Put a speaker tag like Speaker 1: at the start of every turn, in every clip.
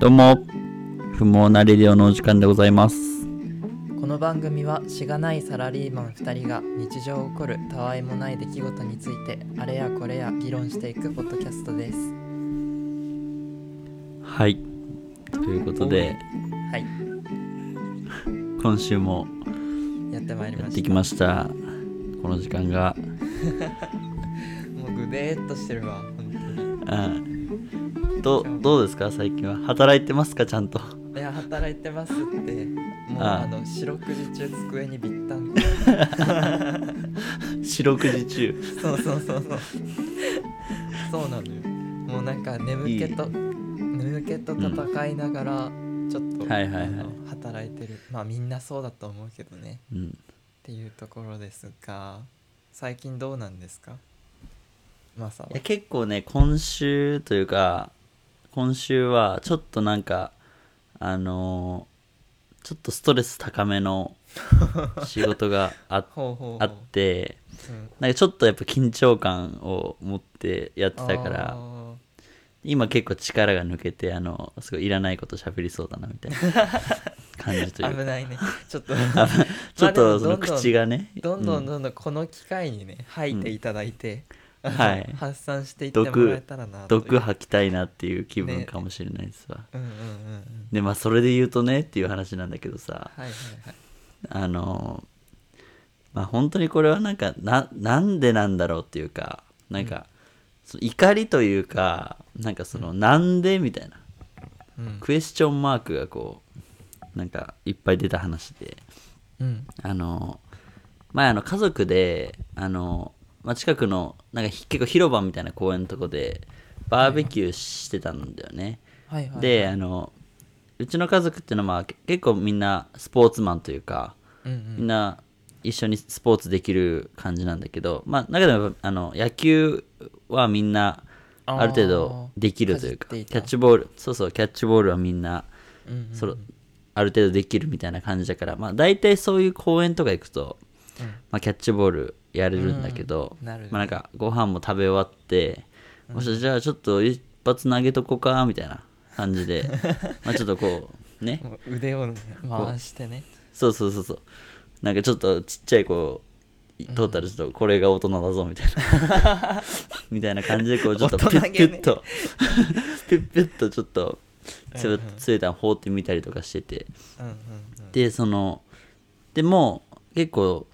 Speaker 1: どうも、不毛なレディオのお時間でございます。
Speaker 2: この番組はしがないサラリーマン2人が日常起こるたわいもない出来事についてあれやこれや議論していくポッドキャストです
Speaker 1: はい。ということで、
Speaker 2: はい
Speaker 1: 今週も
Speaker 2: やってまいり
Speaker 1: や
Speaker 2: ま
Speaker 1: って
Speaker 2: し
Speaker 1: きました。この時間が、
Speaker 2: たもうぐでーっとしてるわ本
Speaker 1: うん。どどうですか最近は働いてますかちゃんと
Speaker 2: 当にいや働いてますってもう
Speaker 1: ああ
Speaker 2: あの四六時中机にびったん
Speaker 1: 四六時中
Speaker 2: そうそうそうそうそうなのよもうなんか眠気と眠気と戦いながら、ちょっと、
Speaker 1: はいはいはい
Speaker 2: あの働いてるまあみんなそうだと思うけどね
Speaker 1: うん
Speaker 2: っていうところですが最近どうなんですかマサはい
Speaker 1: や結構ね今週というか今週はちょっとなんかあのーちょっとストレス高めの仕事が あ
Speaker 2: ほうほう
Speaker 1: あ
Speaker 2: ほう
Speaker 1: って
Speaker 2: うん
Speaker 1: なんかちょっとやっぱ緊張感を持ってやってたか
Speaker 2: あ
Speaker 1: ら
Speaker 2: ー
Speaker 1: 今結構力が抜けてあのすごいいらないこと喋りそうだなみたいな感じという
Speaker 2: 危
Speaker 1: か
Speaker 2: ないね ちょっと
Speaker 1: ちょっとそ
Speaker 2: ま
Speaker 1: の
Speaker 2: あでもどんどん
Speaker 1: 口がね
Speaker 2: どんど
Speaker 1: うんん
Speaker 2: どんどんこの機会にね吐いていただいて、あの
Speaker 1: はい
Speaker 2: 発散していってもらえたらなという
Speaker 1: 毒吐きたいなっていう気分
Speaker 2: ね
Speaker 1: かもしれないですわ。
Speaker 2: うんうんうんうん
Speaker 1: でまあそれで言うとねっていう話なんだけどさ
Speaker 2: はいはいはい
Speaker 1: あのまあ本当にこれはなんかななんでなんだろうっていうかなんか、その怒りというかなんかその、なんでみたいな
Speaker 2: うん
Speaker 1: クエスチョンマークがこうなんかいっぱい出た話で
Speaker 2: うん
Speaker 1: あの前あの家族であの、まあ、近くのなんかひ結構広場みたいな公園のとこでバーベキューしてたんだよね、
Speaker 2: はいはい
Speaker 1: であのうちの家族っていうのはまあけ結構みんなスポーツマンというか
Speaker 2: うんう
Speaker 1: みん
Speaker 2: ん
Speaker 1: な一緒にスポーツできる感じなんだけど、まあ、中でもあの野球はみんな
Speaker 2: あー
Speaker 1: ある程度できるというか
Speaker 2: かじってい
Speaker 1: キ
Speaker 2: た
Speaker 1: ャッチボールそうそうキャッチボールはみんな
Speaker 2: うんうん
Speaker 1: そのある程度できるみたいな感じだから、まあ、大体そういう公園とか行くと、
Speaker 2: うん
Speaker 1: まあ、キャッチボールやれるんだけど、
Speaker 2: うんなるね
Speaker 1: まあ、なんかご飯も食べ終わって、もしじゃあちょっと一発投げとこうかみたいな感じ でまあちょっとこうね
Speaker 2: もう腕をね回してね
Speaker 1: そうそうそうそうなんかちょっとちっちゃいこうい通ったらちょっとこれが大人だぞみたいな みたいな感じでこうちょっとピュ
Speaker 2: 大人
Speaker 1: ッ
Speaker 2: げね
Speaker 1: ピュッと ピュッピュッとちょっとつ
Speaker 2: うんうん
Speaker 1: ついたの放ってみたりとかしてて
Speaker 2: うんうんうん
Speaker 1: でそのでもう結構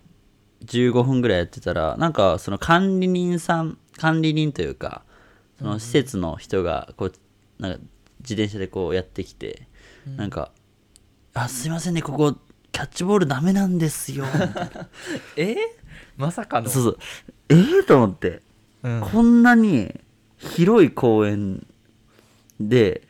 Speaker 1: 15分ぐらいやってたらなんかその管理人さん管理人というかその施設の人がこうなんか自転車でこうやってきて、なんか「あすいませんねここキャッチボールダメなんですよ」みたいな
Speaker 2: えーまさかの
Speaker 1: そうそうええと思って、
Speaker 2: うん
Speaker 1: こんなに広い公園で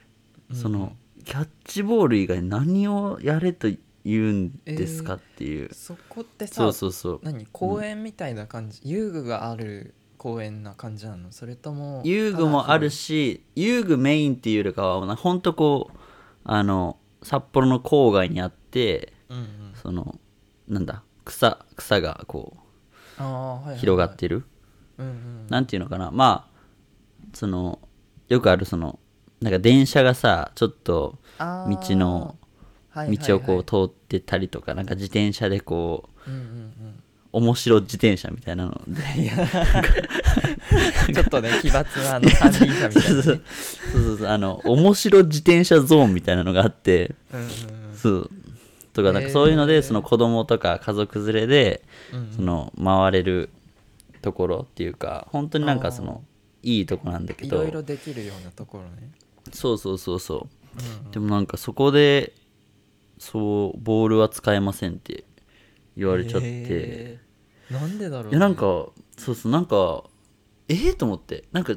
Speaker 1: その、キャッチボール以外何をやれと言うんですかっていう、
Speaker 2: そこってさ
Speaker 1: そうそうそう
Speaker 2: 何公園みたいな感じ、遊具がある公園な感じなのそれとも
Speaker 1: 遊具もあるし遊具メインっていうよりかはほんとこうあの札幌の郊外にあって
Speaker 2: ただ広いうんうん
Speaker 1: そのなんだ草草がこう
Speaker 2: ああはいはいはい
Speaker 1: 広がってる、
Speaker 2: うんうん
Speaker 1: なんていうのかなまあそのよくあるそのなんか電車がさちょっと
Speaker 2: あ
Speaker 1: 道
Speaker 2: ー
Speaker 1: の
Speaker 2: はいはいはい
Speaker 1: 道をこう通ってたりとか、なんか自転車でこう
Speaker 2: うんうん
Speaker 1: 面白自転車みたいなので
Speaker 2: うんいやちょっとね奇抜なあの三輪車みた い
Speaker 1: そうそうそうそうあの面白自転車ゾーンみたいなのがあって
Speaker 2: なうんうんうん
Speaker 1: そうとかなん
Speaker 2: へ
Speaker 1: か
Speaker 2: ー
Speaker 1: そういうのでその子供とか家族連れで
Speaker 2: うん
Speaker 1: その回れるところっていうか本当になんかそのいいとこなんだけ
Speaker 2: い
Speaker 1: ど
Speaker 2: ろいろできるようなところね
Speaker 1: そうそうそうそううでもなんかそこでそうボールは使えませんって言われちゃって
Speaker 2: へーなんでだろうね、
Speaker 1: いやなんかそうそうなんかええと思ってなんか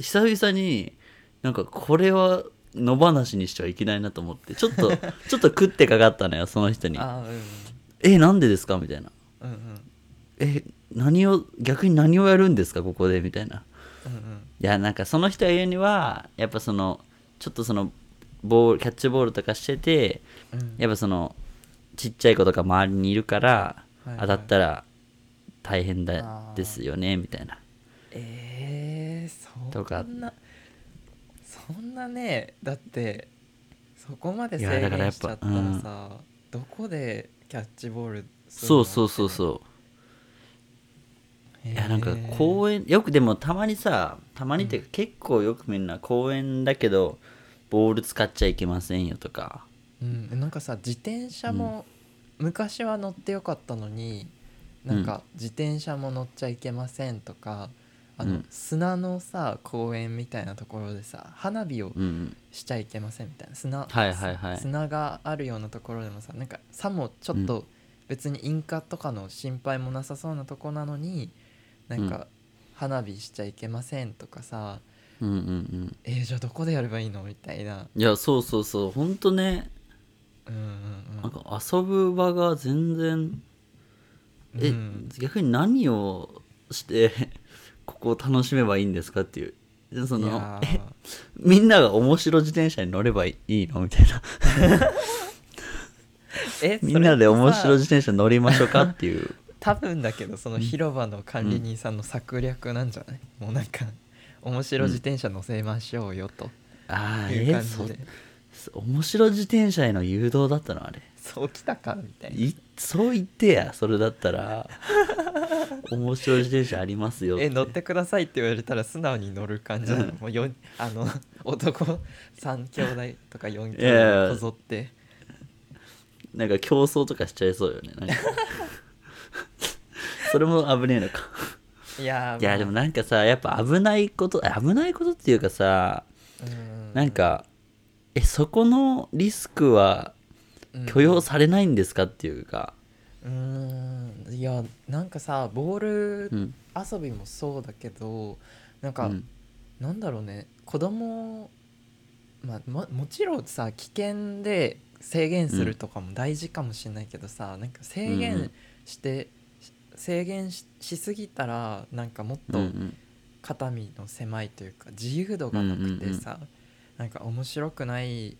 Speaker 1: 久々になんかこれは野放しにしてはいけないなと思ってちょっとちょっと食ってかかったのよその人に
Speaker 2: あーうん
Speaker 1: 「えなんでですか?」みたいな
Speaker 2: うんうん
Speaker 1: 「え何を逆に何をやるんですかここで」みたいな
Speaker 2: うんうん
Speaker 1: いやなんかその人が言うにはやっぱそのちょっとそのボールキャッチボールとかしてて
Speaker 2: うんうん
Speaker 1: やっぱそのちっちゃい子とか周りにいるから
Speaker 2: いはい
Speaker 1: 当たったら大変だですよねみたいな
Speaker 2: えー、そんな
Speaker 1: とか
Speaker 2: そんなねだってそこまで
Speaker 1: い
Speaker 2: 制
Speaker 1: やだからや
Speaker 2: 限
Speaker 1: っ
Speaker 2: しちゃ
Speaker 1: ぱ
Speaker 2: ったらさ、どこでキャッチボールする
Speaker 1: そ
Speaker 2: の
Speaker 1: うそうそうそう
Speaker 2: へー
Speaker 1: いやなんか公園よくでもたまにさたまにっていうか結構よくみんな公園だけどボール使っちゃいけませんよとか
Speaker 2: うん、なんかさ自転車も、昔は乗ってよかったのになんか自転車も乗っちゃいけませんとか、あの
Speaker 1: うん
Speaker 2: 砂のさ公園みたいなところでさ花火を
Speaker 1: うん
Speaker 2: しちゃいけませんみたいな砂,、
Speaker 1: はいはいはい
Speaker 2: 砂があるようなところでもさなんかさもちょっと別に引火とかの心配もなさそうなとこなのになん
Speaker 1: う
Speaker 2: か花火しちゃいけませんとかさ、
Speaker 1: うんうんうん
Speaker 2: えーじゃあどこでやればいいのみたいな。
Speaker 1: いやそうそうそうほんとね
Speaker 2: うんうん
Speaker 1: な
Speaker 2: う
Speaker 1: ん
Speaker 2: ん
Speaker 1: か遊ぶ場が全然え、
Speaker 2: うん
Speaker 1: 逆に何をして ここを楽しめばいいんですかっていうでそ
Speaker 2: い
Speaker 1: の
Speaker 2: や
Speaker 1: え
Speaker 2: ー
Speaker 1: みんなが面白自転車に乗ればいいのみたい な
Speaker 2: え
Speaker 1: みんなで面白
Speaker 2: い
Speaker 1: 自転車乗りましょうかっていう
Speaker 2: 多分だけどその広場の管理人さんの策略なんじゃない、もうなんか面白自転車乗せましょうよと
Speaker 1: ああ
Speaker 2: いう
Speaker 1: え
Speaker 2: 感じ
Speaker 1: そ
Speaker 2: で、
Speaker 1: そ面白自転車への誘導だったのあれ
Speaker 2: そうきたかみたいない
Speaker 1: そう言ってやそれだった ら面白自転車ありますよって
Speaker 2: え乗ってくださいって言われたら素直に乗る感じなのもうよんあの 男3兄弟とか4
Speaker 1: いやい
Speaker 2: 兄弟
Speaker 1: や
Speaker 2: こぞって
Speaker 1: なんか競争とかしちゃいそうよねなんか それも危ねえのか
Speaker 2: いやー
Speaker 1: いや
Speaker 2: まあ
Speaker 1: でもなんかさやっぱ危ないこと危ないことっていうかさ
Speaker 2: うん
Speaker 1: なんかえそこのリスクは許容されないんですかっていうか
Speaker 2: うんいやなんかさボール
Speaker 1: うん
Speaker 2: 遊びもそうだけどなん
Speaker 1: う
Speaker 2: か、
Speaker 1: ん
Speaker 2: なんだろうね子供まあももちろんさ危険で制限するとかも大事かもしれないけどさ、なんか
Speaker 1: う
Speaker 2: 制
Speaker 1: んう
Speaker 2: 限
Speaker 1: ん
Speaker 2: して、し制限ししすぎたらなんかもっ
Speaker 1: うんう
Speaker 2: と
Speaker 1: ん
Speaker 2: 肩身の狭いというか自由度がなくてさ、なんか面白くない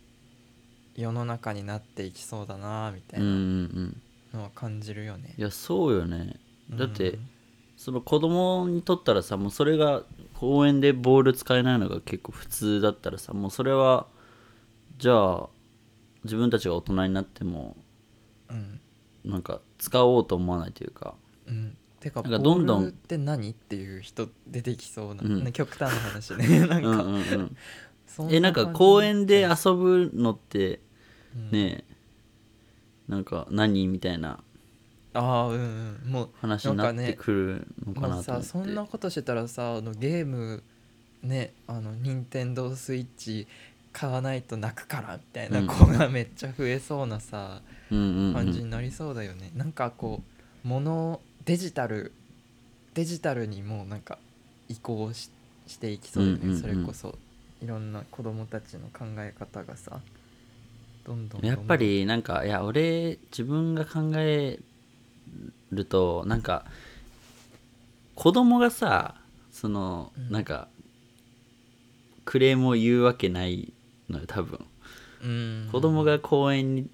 Speaker 2: 世の中になっていきそうだなみた
Speaker 1: う
Speaker 2: い
Speaker 1: んうんう
Speaker 2: なんのは感じるよね
Speaker 1: い。やそうよねだって、
Speaker 2: うん
Speaker 1: その子供にとったらさもうそれが公園でボール使えないのが結構普通だったらさもうそれはじゃあ自分たちが大人になっても
Speaker 2: うん
Speaker 1: なんか使おうと思わないというか
Speaker 2: うん、てか
Speaker 1: なんかどんどん
Speaker 2: ボールって何っていう人出てきそうな、
Speaker 1: うん
Speaker 2: ね極端な話ね なん
Speaker 1: う
Speaker 2: か、
Speaker 1: んうんうん
Speaker 2: そん
Speaker 1: えなんか
Speaker 2: 感じ
Speaker 1: 公園で遊ぶのって
Speaker 2: うん
Speaker 1: ねなんか何みたいな
Speaker 2: ああうんうんもう
Speaker 1: 話になっ
Speaker 2: んか
Speaker 1: て
Speaker 2: ね
Speaker 1: くるのか
Speaker 2: ま
Speaker 1: なと
Speaker 2: あ
Speaker 1: 思
Speaker 2: さ
Speaker 1: って
Speaker 2: そんなことしてたらさあのゲームねあの任天堂スイッチ買わないと泣くからみたいな
Speaker 1: うん
Speaker 2: 子がめっちゃ増えそうなさ、
Speaker 1: うんうんう
Speaker 2: 感じ
Speaker 1: ん
Speaker 2: になりそうだよね、なんかこうものデジタルデジタルにもうなんか移行ししていきそうだよね、
Speaker 1: うんうんうん
Speaker 2: それこそいろんな子供たちの考え方がさどんどんどんどん
Speaker 1: やっぱりなんかいや俺自分が考えるとなんか子供がさその
Speaker 2: うん
Speaker 1: なんかクレームを言うわけないのよ多分
Speaker 2: うん
Speaker 1: 子供が公園に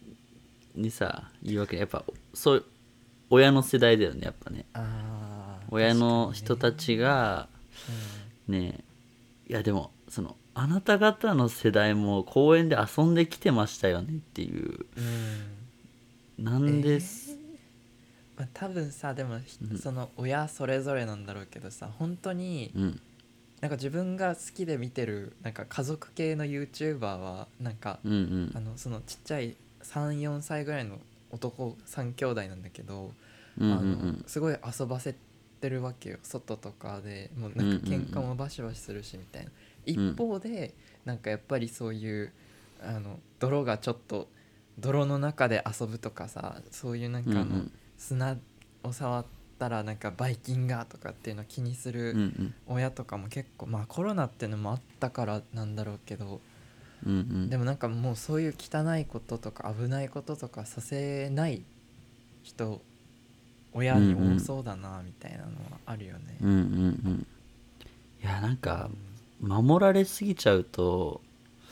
Speaker 1: にさ言うわけやっぱそう親の世代だよねやっぱね
Speaker 2: あー
Speaker 1: 親の人た、ちが
Speaker 2: 確かにね
Speaker 1: ねいやでもそのあなた方の世代も公園で遊んできてましたよねっていう
Speaker 2: うんうん
Speaker 1: なんです、
Speaker 2: えーまあ、多分さでも、ひ
Speaker 1: うん
Speaker 2: その親それぞれなんだろうけどさ本当に
Speaker 1: うん
Speaker 2: なんか自分が好きで見てるなんか家族系の YouTuber はなんか、
Speaker 1: うんうん
Speaker 2: あのそのちっちゃい34歳ぐらいの男3兄弟なんだけど、
Speaker 1: うんうんう
Speaker 2: あの
Speaker 1: ん
Speaker 2: すごい遊ばせてるわけよ外とかでもうなんか喧嘩もバシバシするしみたいな、
Speaker 1: うん
Speaker 2: 一方でなんかやっぱりそういうあの泥がちょっと泥の中で遊ぶとかさそういうなんかあの、
Speaker 1: うんうん
Speaker 2: 砂を触ったらなんかバイキンがとかっていうのを気にす
Speaker 1: うんう
Speaker 2: る
Speaker 1: ん
Speaker 2: 親とかも結構まあコロナっていうのもあったからなんだろうけど、
Speaker 1: うんうん
Speaker 2: でもなんかもうそういう汚いこととか危ないこととかさせない人親に多そうだなみたいなのはあるよね。
Speaker 1: うんうんうんいやなんか守られすぎちゃうと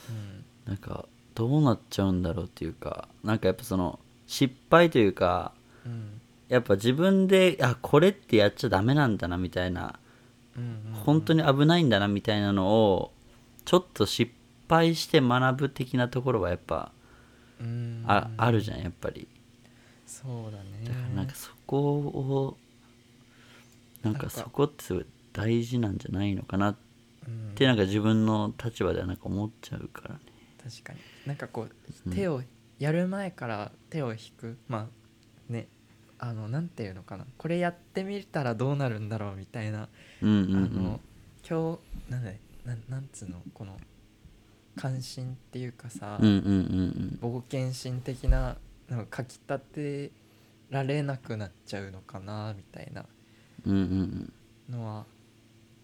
Speaker 2: うん
Speaker 1: なんかどうなっちゃうんだろうっていうかなんかやっぱその失敗というか
Speaker 2: うん
Speaker 1: やっぱ自分であこれってやっちゃダメなんだなみたいな
Speaker 2: うんうんうん
Speaker 1: 本当に危ないんだなみたいなのをちょっと失敗して学ぶ的なところはやっぱ
Speaker 2: うーん
Speaker 1: ああるじゃんやっぱり
Speaker 2: そうだね
Speaker 1: だからなんかそこをなん
Speaker 2: なん
Speaker 1: か
Speaker 2: か
Speaker 1: そこってすごい大事なんじゃないのかなっ
Speaker 2: うん
Speaker 1: てなんか自分の立場ではなんか思っちゃうからね
Speaker 2: 確かになんかこ
Speaker 1: う
Speaker 2: うん手をやる前から手を引くまあねあのなんていうのかなこれやってみたらどうなるんだろうみたいな、
Speaker 1: うんうんう
Speaker 2: あの
Speaker 1: ん
Speaker 2: 今日なんだいなんなんつうのこの関心っていうかさ、
Speaker 1: うんうんうん
Speaker 2: 冒険心的ななんかかきたてられなくなっちゃうのかなみたいな
Speaker 1: うんうんうん
Speaker 2: のは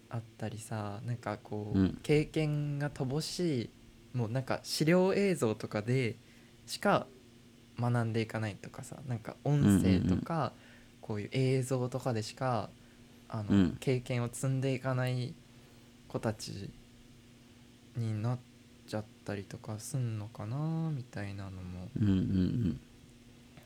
Speaker 2: あったりさなんかこう、
Speaker 1: うん
Speaker 2: 経験が乏しいもうなんか資料映像とかでしか学んでいかないとかさなんか音声とか、こういう映像とかでしかあの、
Speaker 1: うん
Speaker 2: 経験を積んでいかない子たちになっちゃったりとかすんのかなみたいなのも
Speaker 1: うんうんうん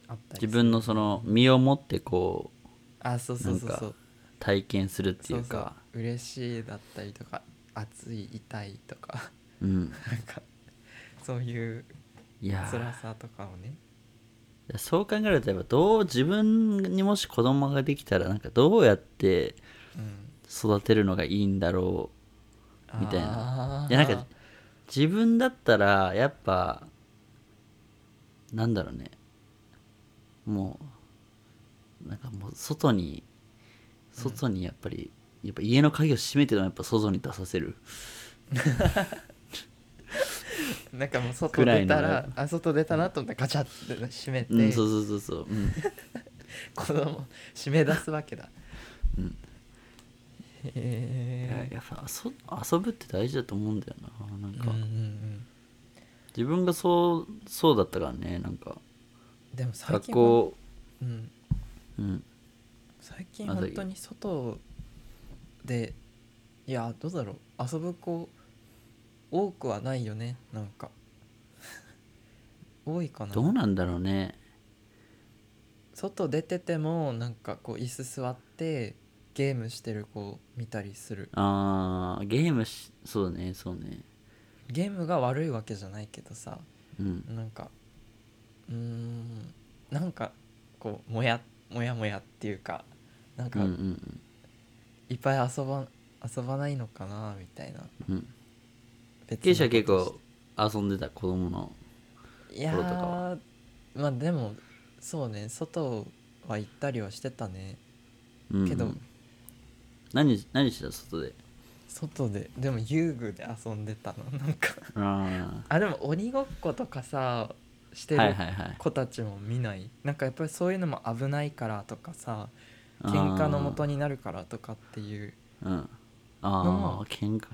Speaker 2: あった
Speaker 1: 自
Speaker 2: り
Speaker 1: 分のその身をもってこう
Speaker 2: あそうそうそう
Speaker 1: なん
Speaker 2: そ
Speaker 1: か
Speaker 2: う
Speaker 1: 体験するって
Speaker 2: そ
Speaker 1: いうう
Speaker 2: そ
Speaker 1: か
Speaker 2: う嬉しいだったりとか熱い痛いとか
Speaker 1: うん
Speaker 2: なんかそういう
Speaker 1: いやー
Speaker 2: 辛さとかをね
Speaker 1: そう考えるとやっぱどう自分にもし子供ができたらなんかどうやって
Speaker 2: うん
Speaker 1: 育てるのがいいんだろみたい
Speaker 2: な
Speaker 1: ういやなんか自分だったらやっぱなんだろうねもうなんかもう外に外にやっぱり、やっぱ家の鍵を閉めてでもやっぱ外に出させる
Speaker 2: なんかもう外
Speaker 1: くら
Speaker 2: 出
Speaker 1: いの
Speaker 2: たらあ外出たなと思ったらガチャッて閉めて、
Speaker 1: うんそうそうそうそううん
Speaker 2: 子供閉め出すわけだ、
Speaker 1: うん
Speaker 2: へ
Speaker 1: いや
Speaker 2: え
Speaker 1: やっぱそ遊ぶって大事だと思うんだよななん
Speaker 2: うん
Speaker 1: か、
Speaker 2: うんうん
Speaker 1: 自分がそうそうだったからねなんか
Speaker 2: でも最
Speaker 1: 学
Speaker 2: 近は、
Speaker 1: 校
Speaker 2: うん、
Speaker 1: うん
Speaker 2: 最近
Speaker 1: あそう
Speaker 2: 本当に外でいやどうだろう遊ぶ子多くはないよねなんか 多いかな
Speaker 1: どうなんだろうね
Speaker 2: 外出ててもなんかこう椅子座ってゲームしてる子見たりする
Speaker 1: あーゲームしそうねそうね
Speaker 2: ゲームが悪いわけじゃないけどさ
Speaker 1: うん
Speaker 2: なんかうーんなんかこうもやもやもやっていうかなん
Speaker 1: うん
Speaker 2: か
Speaker 1: うんうん
Speaker 2: いっぱい遊ば,、遊ばないのかなみたいな
Speaker 1: うん
Speaker 2: 別
Speaker 1: ケイシは
Speaker 2: のこと
Speaker 1: 結構遊んでた子供の
Speaker 2: いや
Speaker 1: 頃とか
Speaker 2: ー
Speaker 1: は
Speaker 2: まあでもそうね外は行ったりはしてたね
Speaker 1: うん
Speaker 2: けど、
Speaker 1: うん何何してた外で
Speaker 2: 外ででも遊具で遊んでたのなんか
Speaker 1: あ
Speaker 2: あでも鬼ごっことかさして
Speaker 1: あはい
Speaker 2: る
Speaker 1: はいはい
Speaker 2: 子たちも見ない、なんかやっぱりそういうのも危ないからとかさ喧嘩の元
Speaker 1: に
Speaker 2: になるからとかっていう
Speaker 1: うん
Speaker 2: の
Speaker 1: あ
Speaker 2: も
Speaker 1: あ喧嘩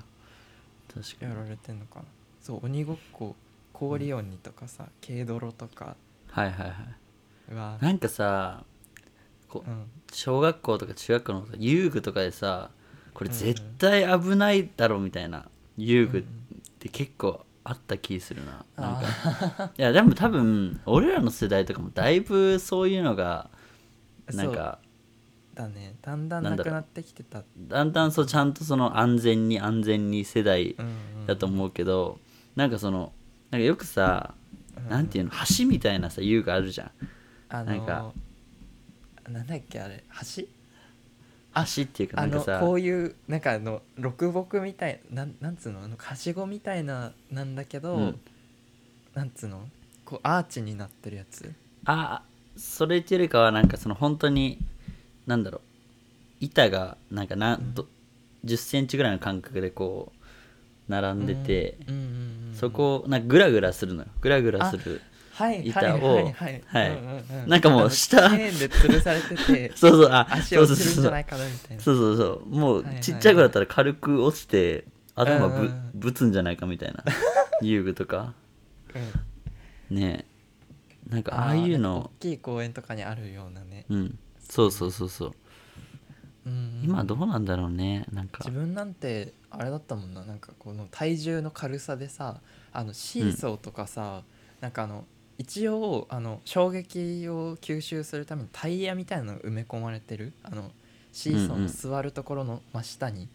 Speaker 1: 確か
Speaker 2: や
Speaker 1: に
Speaker 2: られてんのかなそう鬼ごっこ氷鬼とかさ軽泥とか
Speaker 1: はいはいはい
Speaker 2: は
Speaker 1: なんかさこ
Speaker 2: うん
Speaker 1: 小学校とか中学校の遊具とかでさこれ絶対危ないだろみたいな遊具って結構あった気するな,、なんか
Speaker 2: あ
Speaker 1: いやでも多分俺らの世代とかもだいぶそういうのが
Speaker 2: ー
Speaker 1: なんか
Speaker 2: そうだねだんだん
Speaker 1: な
Speaker 2: なん
Speaker 1: だ
Speaker 2: く
Speaker 1: ろう
Speaker 2: なってきてた
Speaker 1: だんだんそうちゃんとその安全に安全に世代
Speaker 2: うんうん
Speaker 1: だと思うけど、なんかそのなんかよくさ、
Speaker 2: うん
Speaker 1: なんていうの橋みたいなさ遊具あるじゃん
Speaker 2: あのー
Speaker 1: なんか
Speaker 2: なんだっけあれ橋
Speaker 1: 橋っていうかな
Speaker 2: あ
Speaker 1: んか
Speaker 2: の
Speaker 1: さ
Speaker 2: こういうなんかあの六木みたいなんなんつうのあのかしごみたいななんだけど、
Speaker 1: うん
Speaker 2: なんつうのこうアーチになってるやつ
Speaker 1: あそれっていうよりかはなんかその本当になんだろう板がなんかなん、ど1 0ンチぐらいの間隔でこう並んでて、
Speaker 2: うんうんうんうん
Speaker 1: そこをなんかグラグラするのよグラグラする
Speaker 2: はい
Speaker 1: 板を
Speaker 2: はいはいはい、
Speaker 1: はい
Speaker 2: うんうんう
Speaker 1: なんかもう
Speaker 2: あの
Speaker 1: 下
Speaker 2: チェーンで吊るされて て
Speaker 1: そうそうあ
Speaker 2: 足
Speaker 1: そうそ
Speaker 2: 落
Speaker 1: う
Speaker 2: ちるん
Speaker 1: そう
Speaker 2: じ
Speaker 1: そ
Speaker 2: ゃな
Speaker 1: う
Speaker 2: いかなみたいな
Speaker 1: そうそうそうも
Speaker 2: はいうはいはい
Speaker 1: ちっちゃい子だったら軽く落ちて頭
Speaker 2: うんう
Speaker 1: ぶ
Speaker 2: んうん
Speaker 1: ぶつんじゃないかみたい な遊具とか
Speaker 2: うん
Speaker 1: ねえなんかああいう
Speaker 2: なんか
Speaker 1: の
Speaker 2: 大きい公園とかにあるようなね、
Speaker 1: うんそうそうそうそう
Speaker 2: うんうん
Speaker 1: 今どうなんだろうねなんか
Speaker 2: 自分なんてあれだったもんななんかこの体重の軽さでさあのシーソーとかさ、なんかあの一応あの衝撃を吸収するためにタイヤみたいなの埋め込まれてるあのシー
Speaker 1: う
Speaker 2: ソー
Speaker 1: んう
Speaker 2: の
Speaker 1: ん
Speaker 2: 座るところの真下に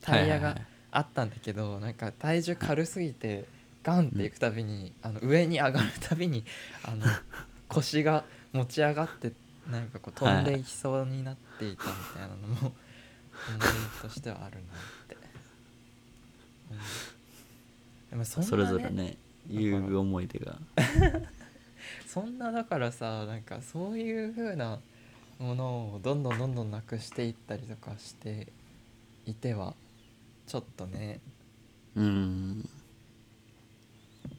Speaker 2: タ
Speaker 1: は
Speaker 2: イヤ
Speaker 1: いはい
Speaker 2: が
Speaker 1: はい
Speaker 2: あったんだけど、なんか体重軽すぎてガンっていくたびに、あの上に上がるた びにあの腰が持ち上がってなんかこう飛んでいきそうになっていたみたいなのも思いとしてはあるなって、うんでもそんな、ね、
Speaker 1: それぞれね遊具思い出が
Speaker 2: そんなだからさなんかそういう風なものをどんどんどんどんなくしていったりとかしていてはちょっとね
Speaker 1: うん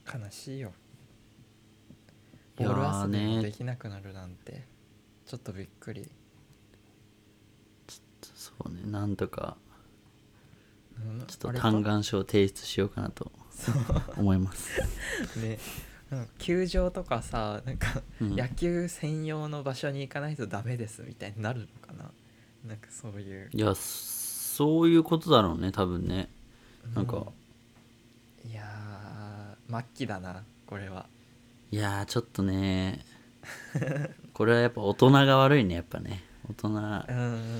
Speaker 2: 悲しいよ
Speaker 1: いや
Speaker 2: ボ
Speaker 1: ー
Speaker 2: ール遊びも
Speaker 1: ね
Speaker 2: できなくなるなんて、ちょっとびっくり
Speaker 1: そうねなんとか
Speaker 2: うん
Speaker 1: ちょ
Speaker 2: あ
Speaker 1: っ
Speaker 2: れ
Speaker 1: と
Speaker 2: か
Speaker 1: 嘆願書を提出しようかなと
Speaker 2: そう
Speaker 1: 思います
Speaker 2: ねなんか球場とかさなんか
Speaker 1: うん
Speaker 2: 野球専用の場所に行かないとダメですみたいになるのかななんかそういう
Speaker 1: いやそういうことだろうね多分ねなんか、
Speaker 2: うんいやー末期だなこれはい
Speaker 1: やーちょっとねこれはやっぱ大人が悪いねやっぱね大人、
Speaker 2: うん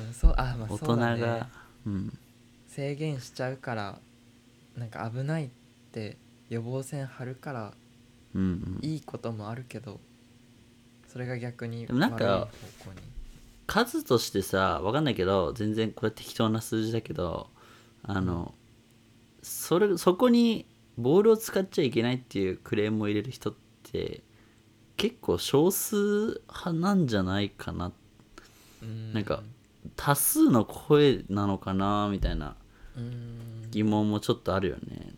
Speaker 2: うんそうあまあ
Speaker 1: 大
Speaker 2: そ
Speaker 1: 人
Speaker 2: うだ、
Speaker 1: が
Speaker 2: ね、
Speaker 1: うん
Speaker 2: 制限しちゃうからなんか危ないって予防線張るから
Speaker 1: うんうん
Speaker 2: いいこともあるけどそれが逆に
Speaker 1: でもなんか
Speaker 2: 悪い方向に
Speaker 1: 数としてさわかんないけど全然これ適当な数字だけどあのそれそこにボールを使っちゃいけないっていうクレームを入れる人って結構少数派なんじゃないかな
Speaker 2: うん
Speaker 1: なんか多数の声なのかなみたいな
Speaker 2: うん
Speaker 1: 疑問もちょっとあるよね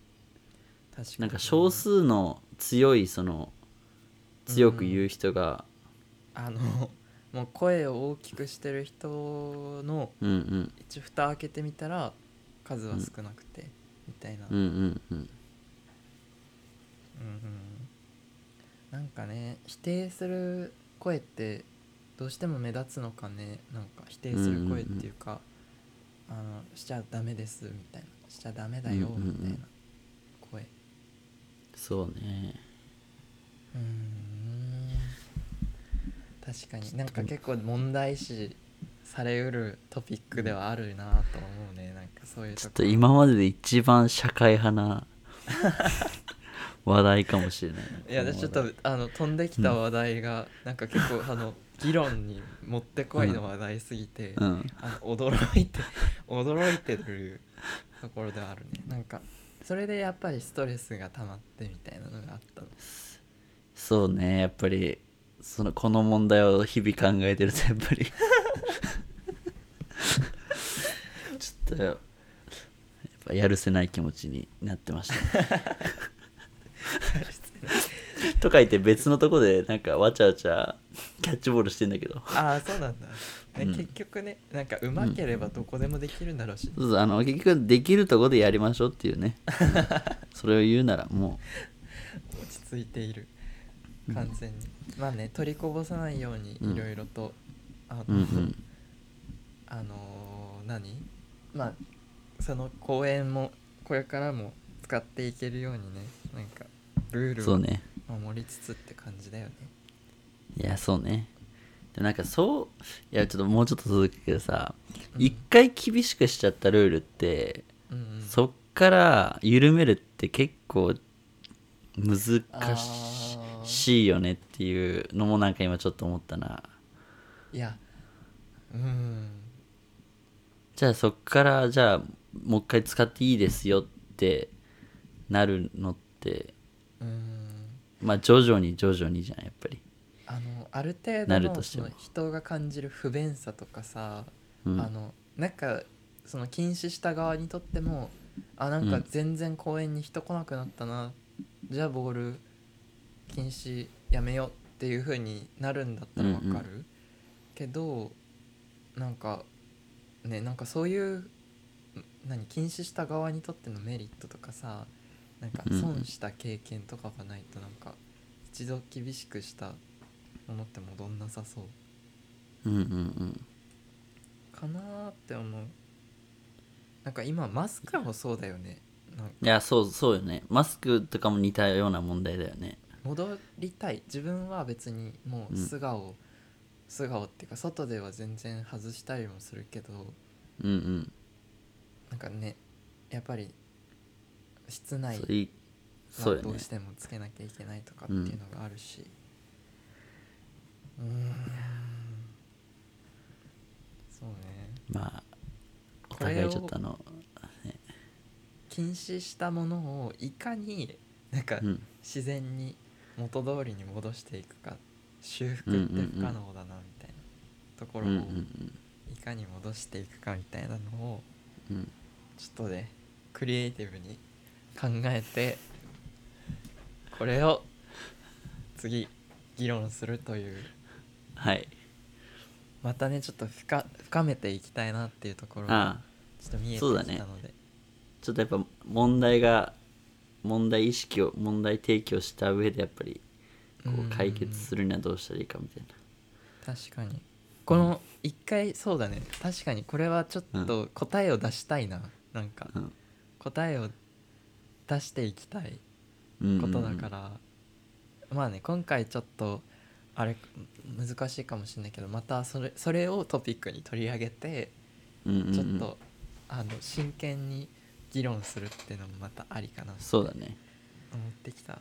Speaker 2: 確かに
Speaker 1: なんか少数の強いその強く言う人が
Speaker 2: あの もう声を大きくしてる人の
Speaker 1: うんうん
Speaker 2: 一応蓋開けてみたら数は少なくて、みたいな、
Speaker 1: うんうんうん
Speaker 2: うんうんなんかね否定する声ってどうしても目立つのかねなんか否定する声っていうか、あのしちゃダメですみたいなしちゃダメだよ
Speaker 1: うんうんう
Speaker 2: み
Speaker 1: ん
Speaker 2: たいな声
Speaker 1: そうね
Speaker 2: うん確かになんか結構問題視されうるトピックではあるなと思うねなんかそういう
Speaker 1: ちょっ
Speaker 2: こと
Speaker 1: 今までで一番社会派な話題かもしれない
Speaker 2: いやちょっとあの飛んできた話題が、なんか結構あの議論にもってこいの話題すぎて、
Speaker 1: うん
Speaker 2: あの驚いて 驚いてるところではあるねなんかそれでやっぱりストレスが溜まってみたいなのが あったの
Speaker 1: そうねやっぱりそのこの問題を日々考えてるとやっぱりちょっとやっぱやるせない気持ちになってましたとか言って別のとこでなんかわちゃわちゃキャッチボールしてんだけど
Speaker 2: ああそうなんだ、ね
Speaker 1: うん
Speaker 2: 結局ねなんかうまければどこでもできるんだろうし、
Speaker 1: そうそうあの結局できるとこでやりましょうっていうねそれを言うならも
Speaker 2: 落ち着いている完全に、まあね取りこぼさないようにいろいろと、あの
Speaker 1: ううんうん
Speaker 2: あのー何まあその公園もこれからも使っていけるようにねなんかルール
Speaker 1: そう
Speaker 2: を
Speaker 1: ね
Speaker 2: 守りつつって感じだよね
Speaker 1: いやそうねでもなんかそういやちょっともうちょっと続くけどさ
Speaker 2: うん
Speaker 1: 一、回厳しくしちゃったルールって、
Speaker 2: うんうん
Speaker 1: そっから緩めるって結構難
Speaker 2: あー
Speaker 1: しいよねっていうのもなんか今ちょっと思ったない
Speaker 2: やうん
Speaker 1: じゃあそっからじゃあもう一回使っていいですよってなるのって
Speaker 2: うん
Speaker 1: まあ徐々に徐々にじゃんやっぱり、
Speaker 2: あのある程
Speaker 1: な
Speaker 2: 度
Speaker 1: る
Speaker 2: の
Speaker 1: として
Speaker 2: そ
Speaker 1: も
Speaker 2: の人が感じる不便さとかさ、
Speaker 1: うん、
Speaker 2: あのなんかその禁止した側にとってもあなんか
Speaker 1: うん
Speaker 2: 全然公園に人来なくなったな、じゃあボール禁止やめようっていう風になるんだったらわか
Speaker 1: う
Speaker 2: る、
Speaker 1: んう
Speaker 2: けどなんかねなんかそういうん何禁止した側にとってのメリットとかさなんか
Speaker 1: うんうん
Speaker 2: 損した経験とかがないとなんか一度厳しくしたものって戻んなさそう
Speaker 1: うんうんうん
Speaker 2: かなーって思うなんか今マスクもそうだよねなんか
Speaker 1: いやそうそうよねマスクとかも似たような問題だよね
Speaker 2: 戻りたい自分は別にもう素顔、素顔っていうか外では全然外したりもするけど
Speaker 1: うんうん
Speaker 2: なんかねやっぱり室内
Speaker 1: そういそうよ
Speaker 2: ど
Speaker 1: ね
Speaker 2: うしてもつけなきゃいけないとかっていうのがあるしうーんそうね
Speaker 1: まあお
Speaker 2: これ
Speaker 1: 互
Speaker 2: を
Speaker 1: いちょっとあの
Speaker 2: 禁止したものをいかになんか
Speaker 1: うん
Speaker 2: 自然に元通りに戻していくか修復って不可能だなみたいなとこ
Speaker 1: う
Speaker 2: ろ
Speaker 1: んう
Speaker 2: を
Speaker 1: ん
Speaker 2: いかに戻していくかみたいなのを
Speaker 1: うんうん
Speaker 2: ちょっとねクリエイティブに考えてこれを次議論するという
Speaker 1: はい
Speaker 2: またねちょっと深深めていきたいなっていうところが
Speaker 1: ああ
Speaker 2: ちょっと見えて
Speaker 1: そうだ
Speaker 2: き
Speaker 1: ね
Speaker 2: たので、
Speaker 1: ちょっとやっぱ問題が問題意識を問題提起をした上でやっぱりこ
Speaker 2: うんうんうん
Speaker 1: う解決するにはどうしたらいいかみたいな
Speaker 2: 確かにこの一回そうだね確かにこれはちょっと答えを出したいな、なんか
Speaker 1: うん
Speaker 2: 答えを出していきたい
Speaker 1: うんうんうん
Speaker 2: ことだから、まあね今回ちょっとあれ難しいかもしれないけどまたそれそれをトピックに取り上げて
Speaker 1: うんうんうん
Speaker 2: ちょっと、あの真剣に議論するっていうのもまたありかなって
Speaker 1: そう
Speaker 2: 思
Speaker 1: だね
Speaker 2: ってきた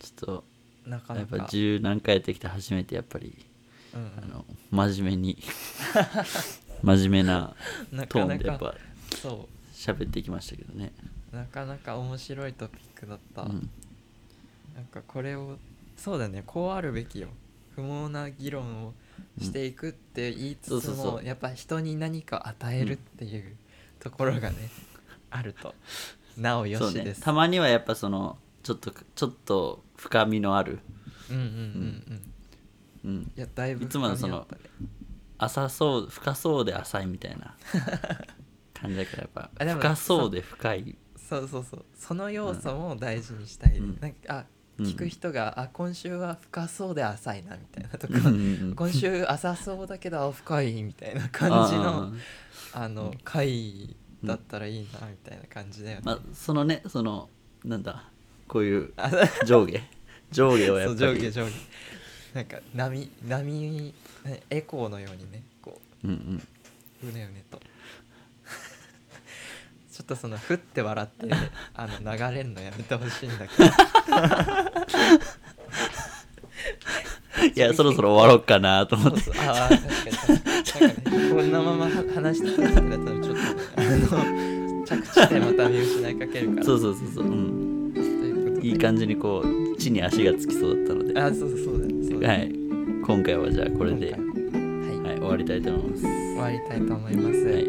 Speaker 1: ちょっ
Speaker 2: なか
Speaker 1: と
Speaker 2: な
Speaker 1: やっ
Speaker 2: か
Speaker 1: ぱ十何回やってきて初めてやっぱり
Speaker 2: うんうん
Speaker 1: あの真面目 に真面目な
Speaker 2: な
Speaker 1: ト
Speaker 2: か
Speaker 1: ー
Speaker 2: な
Speaker 1: ンでやっ
Speaker 2: か
Speaker 1: ぱ
Speaker 2: そ
Speaker 1: 喋ってきましたけどね、
Speaker 2: うなかなか面白いトピックだった、
Speaker 1: うん、
Speaker 2: なんかこれをそうだねこうあるべきよ不毛な議論をしていくって言いつつも、
Speaker 1: うんそうそうそう
Speaker 2: やっぱ人に何か与えるっていうところがね、あるとなおよ
Speaker 1: そう
Speaker 2: しで
Speaker 1: ね
Speaker 2: す
Speaker 1: たまにはやっぱそのちょっとちょっと深みのある、
Speaker 2: うんうんうんうん
Speaker 1: うん、
Speaker 2: いやだいぶ
Speaker 1: いつもの
Speaker 2: 深みあ
Speaker 1: その
Speaker 2: ったね
Speaker 1: 浅そう深そうで浅いみたい な感じだからやっぱ
Speaker 2: あでも
Speaker 1: 深そうで深い
Speaker 2: そうそうそうその要素も大事にしたいね、
Speaker 1: うん
Speaker 2: なんかあ
Speaker 1: うん
Speaker 2: 聞く人が、あ今週は深そうで浅いなみたいなとか
Speaker 1: うんうんうん
Speaker 2: 今週浅そうだけどあ深いみたいな感じ
Speaker 1: あ
Speaker 2: の
Speaker 1: ー
Speaker 2: あの回だったらいいなみたいな感じだよね、
Speaker 1: まあそのねそのなんだこういう
Speaker 2: あ
Speaker 1: 上 下上下をや
Speaker 2: そ
Speaker 1: っ
Speaker 2: う
Speaker 1: ぱ
Speaker 2: 上
Speaker 1: り
Speaker 2: 下上下なんか波波ねエコーのようにねこ
Speaker 1: うん うん
Speaker 2: ううねうねと ちょっとそのふって 笑ってあの流れるのやめてほしいんだけど
Speaker 1: いやそろそろ終わろうかなと思
Speaker 2: そ
Speaker 1: って
Speaker 2: うそうああ確かに確かになんかねこんなままは話してたらちょっとねあの着地点また見失いかけるから
Speaker 1: そうそうそうそう、うん、
Speaker 2: ということで
Speaker 1: いい感じにこう地に足がつきそうだったので、
Speaker 2: あそうそうそうだねそうだ
Speaker 1: は
Speaker 2: ね
Speaker 1: い、今回はじゃあこれで、は
Speaker 2: 今回はい
Speaker 1: い、終わりたいと思います、
Speaker 2: 終わりたいと思います、
Speaker 1: はい、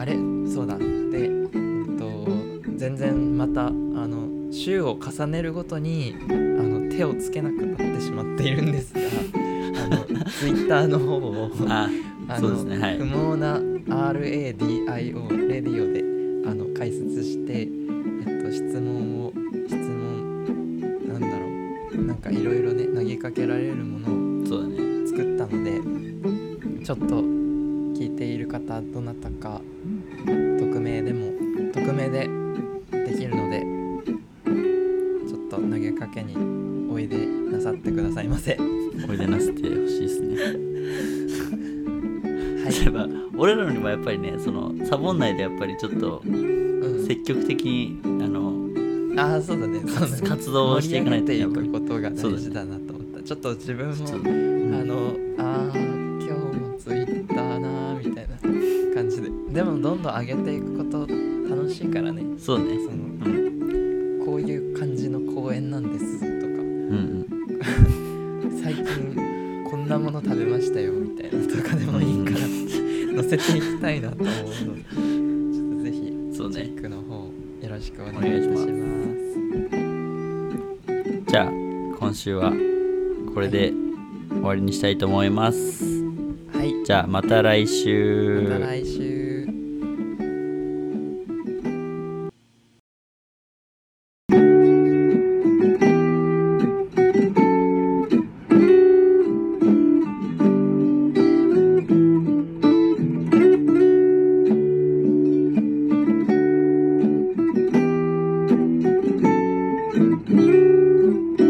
Speaker 2: あれそうだで、えっと、全然またあの週を重ねるごとにあの手をつけなくなってしまっているんですがあ のツイッターの方を
Speaker 1: あ
Speaker 2: あ
Speaker 1: そう
Speaker 2: の
Speaker 1: ですねはい
Speaker 2: 不毛な RADIO レディオであの解説して、えっと、質問を質問なんだろうなんかいろいろね投げかけられるものを
Speaker 1: そうだね
Speaker 2: 作ったのでちょっと聞いている方どなたか匿名でも匿名でできるのでちょっと投げかけにおいでなさってくださいませ。はい、
Speaker 1: おいでなすってほしいですねやっぱ俺らにもやっぱりねそのサボんないでやっぱりちょっと
Speaker 2: うん、
Speaker 1: 積極的にあの
Speaker 2: ああそうだねそうだね
Speaker 1: 活動をしていかないと
Speaker 2: 盛り
Speaker 1: やっ
Speaker 2: 上
Speaker 1: ぱ
Speaker 2: げ
Speaker 1: り
Speaker 2: ていくことが
Speaker 1: そうだ
Speaker 2: 大
Speaker 1: ね
Speaker 2: 事だなと思った、ちょっと自分も
Speaker 1: ちょっと
Speaker 2: あのあー今日もツイッターなーみたいな感じででもどんどん上げていくこと楽しいからね
Speaker 1: そうね
Speaker 2: その
Speaker 1: うん
Speaker 2: こういう感じの公園なんですと
Speaker 1: うんうん
Speaker 2: か最近こんなもの食べましたよみたいなとかでもいいから載せていきたいなと思うのでちょっとぜひ
Speaker 1: そう
Speaker 2: チ
Speaker 1: ね
Speaker 2: ェックの方よろしくお願いいたし
Speaker 1: お願
Speaker 2: ます。
Speaker 1: じゃあ今週はこれで終わりにしたいと思います
Speaker 2: はい、
Speaker 1: じゃあまた来週
Speaker 2: また来週。
Speaker 3: 「